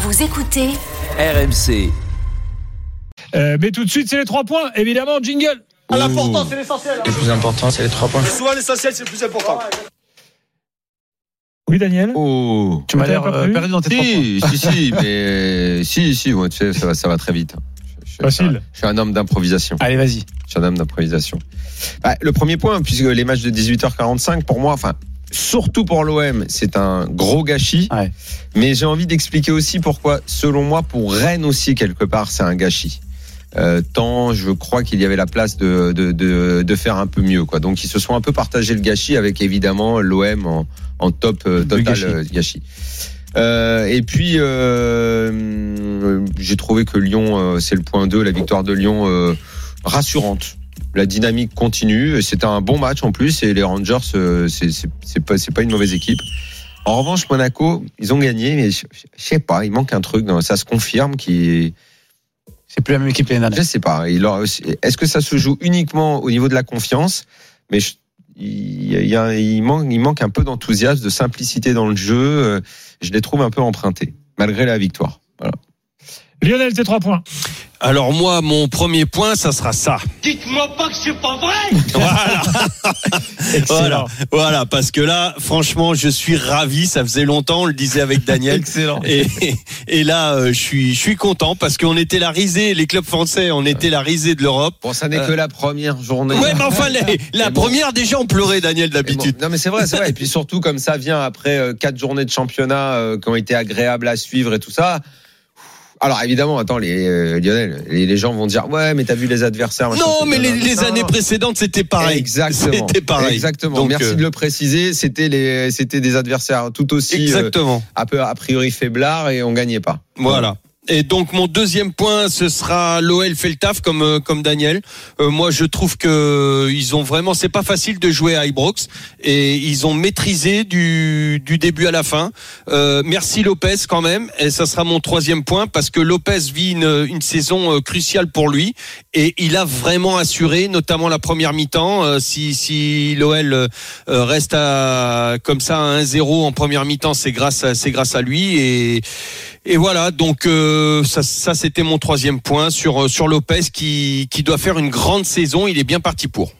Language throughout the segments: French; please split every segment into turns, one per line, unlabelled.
Vous écoutez
RMC.
Euh, mais tout de suite, c'est les trois points, évidemment, jingle.
L'important, c'est l'essentiel.
Le plus important, c'est les trois points.
Souvent, l'essentiel, c'est le plus important.
Oui, Daniel
Oh.
Tu m'as l'air, euh, perdu
dans tes si, si, si, mais si, si, moi, tu sais, ça va, ça va très vite. Je- je-
Facile.
Je suis un homme d'improvisation.
Allez, vas-y.
Je suis un homme d'improvisation. Bah, le premier point, puisque les matchs de 18h45, pour moi, enfin, surtout pour l'OM, c'est un gros gâchis.
Ouais.
Mais j'ai envie d'expliquer aussi pourquoi, selon moi, pour Rennes aussi, quelque part, c'est un gâchis. Euh, tant je crois qu'il y avait la place de, de, de, de faire un peu mieux. Quoi. Donc ils se sont un peu partagé le gâchis avec évidemment l'OM en, en top euh, total
gâchis.
euh, gâchis. Euh, et puis euh, euh, j'ai trouvé que Lyon, euh, c'est le point 2, la victoire de Lyon euh, rassurante. La dynamique continue. C'était un bon match en plus et les Rangers, euh, c'est c'est- c'est pas, c'est pas une mauvaise équipe. En revanche, Monaco, ils ont gagné, mais je, je- je sais pas, il manque un truc. dans- Ça se confirme qui.
C'est plus la même équipe l'année dernière.
Je sais pas. Il leur- Est-ce que ça se joue uniquement au niveau de la confiance Mais je- il, y a- il manque, il manque un peu d'enthousiasme, de simplicité dans le jeu. Euh, Je les trouve un peu empruntés, malgré la victoire. Voilà.
Lionel, tes trois points.
Alors moi, mon premier point, ça sera ça.
Dites-moi pas que c'est pas vrai!
Voilà, voilà, voilà, parce que là, franchement, je suis ravi. Ça faisait longtemps, on le disait avec Daniel.
Excellent.
Et, et là, euh, je suis, je suis content parce qu'on était la risée, les clubs français, on était la risée de l'Europe.
Bon, ça n'est que la première journée.
Ouais, mais enfin, la, la
Mais bon.
première, déjà, on pleurait, Daniel,
Et bon,
d'habitude.
non mais c'est vrai, c'est vrai. Et puis surtout comme ça vient après euh, quatre journées de championnat euh, qui ont été agréables à suivre et tout ça. Alors évidemment, attends les euh, Lionel, les, les gens vont dire ouais mais t'as vu les adversaires. machin,
Non,
tout,
mais les,
nanana.
les
Non,
années
non.
précédentes, c'était pareil.
Exactement.
C'était pareil.
Exactement.
Donc,
Merci
euh,
de le préciser. C'était les, c'était des adversaires tout aussi euh,
Exactement.
un peu a priori faiblards et on gagnait pas.
Voilà. Et donc mon deuxième point, ce sera l'OL fait le taf comme euh, comme Daniel. Euh, moi, je trouve que ils ont vraiment, c'est pas facile de jouer à Ibrox et ils ont maîtrisé du du début à la fin. Euh, merci Lopez quand même. Et ça sera mon troisième point parce que Lopez vit une une saison euh, cruciale pour lui et il a vraiment assuré, notamment la première mi-temps. Euh, si si l'OL euh, euh, reste à comme ça à 1-0 en première mi-temps, c'est grâce à c'est grâce à lui et et voilà, donc euh, ça, ça c'était mon troisième point sur, euh, sur Lopez qui, qui doit faire une grande saison. Il est bien parti pour.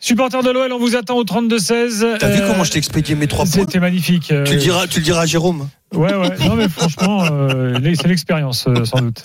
Supporter de l'OL, on vous attend au 32-16.
T'as vu comment je t'ai expédié mes trois points
Euh, C'était magnifique. euh,
tu le, diras, tu le diras à Jérôme.
Ouais, ouais. Non, mais franchement, euh, les- c'est l'expérience, euh, sans doute.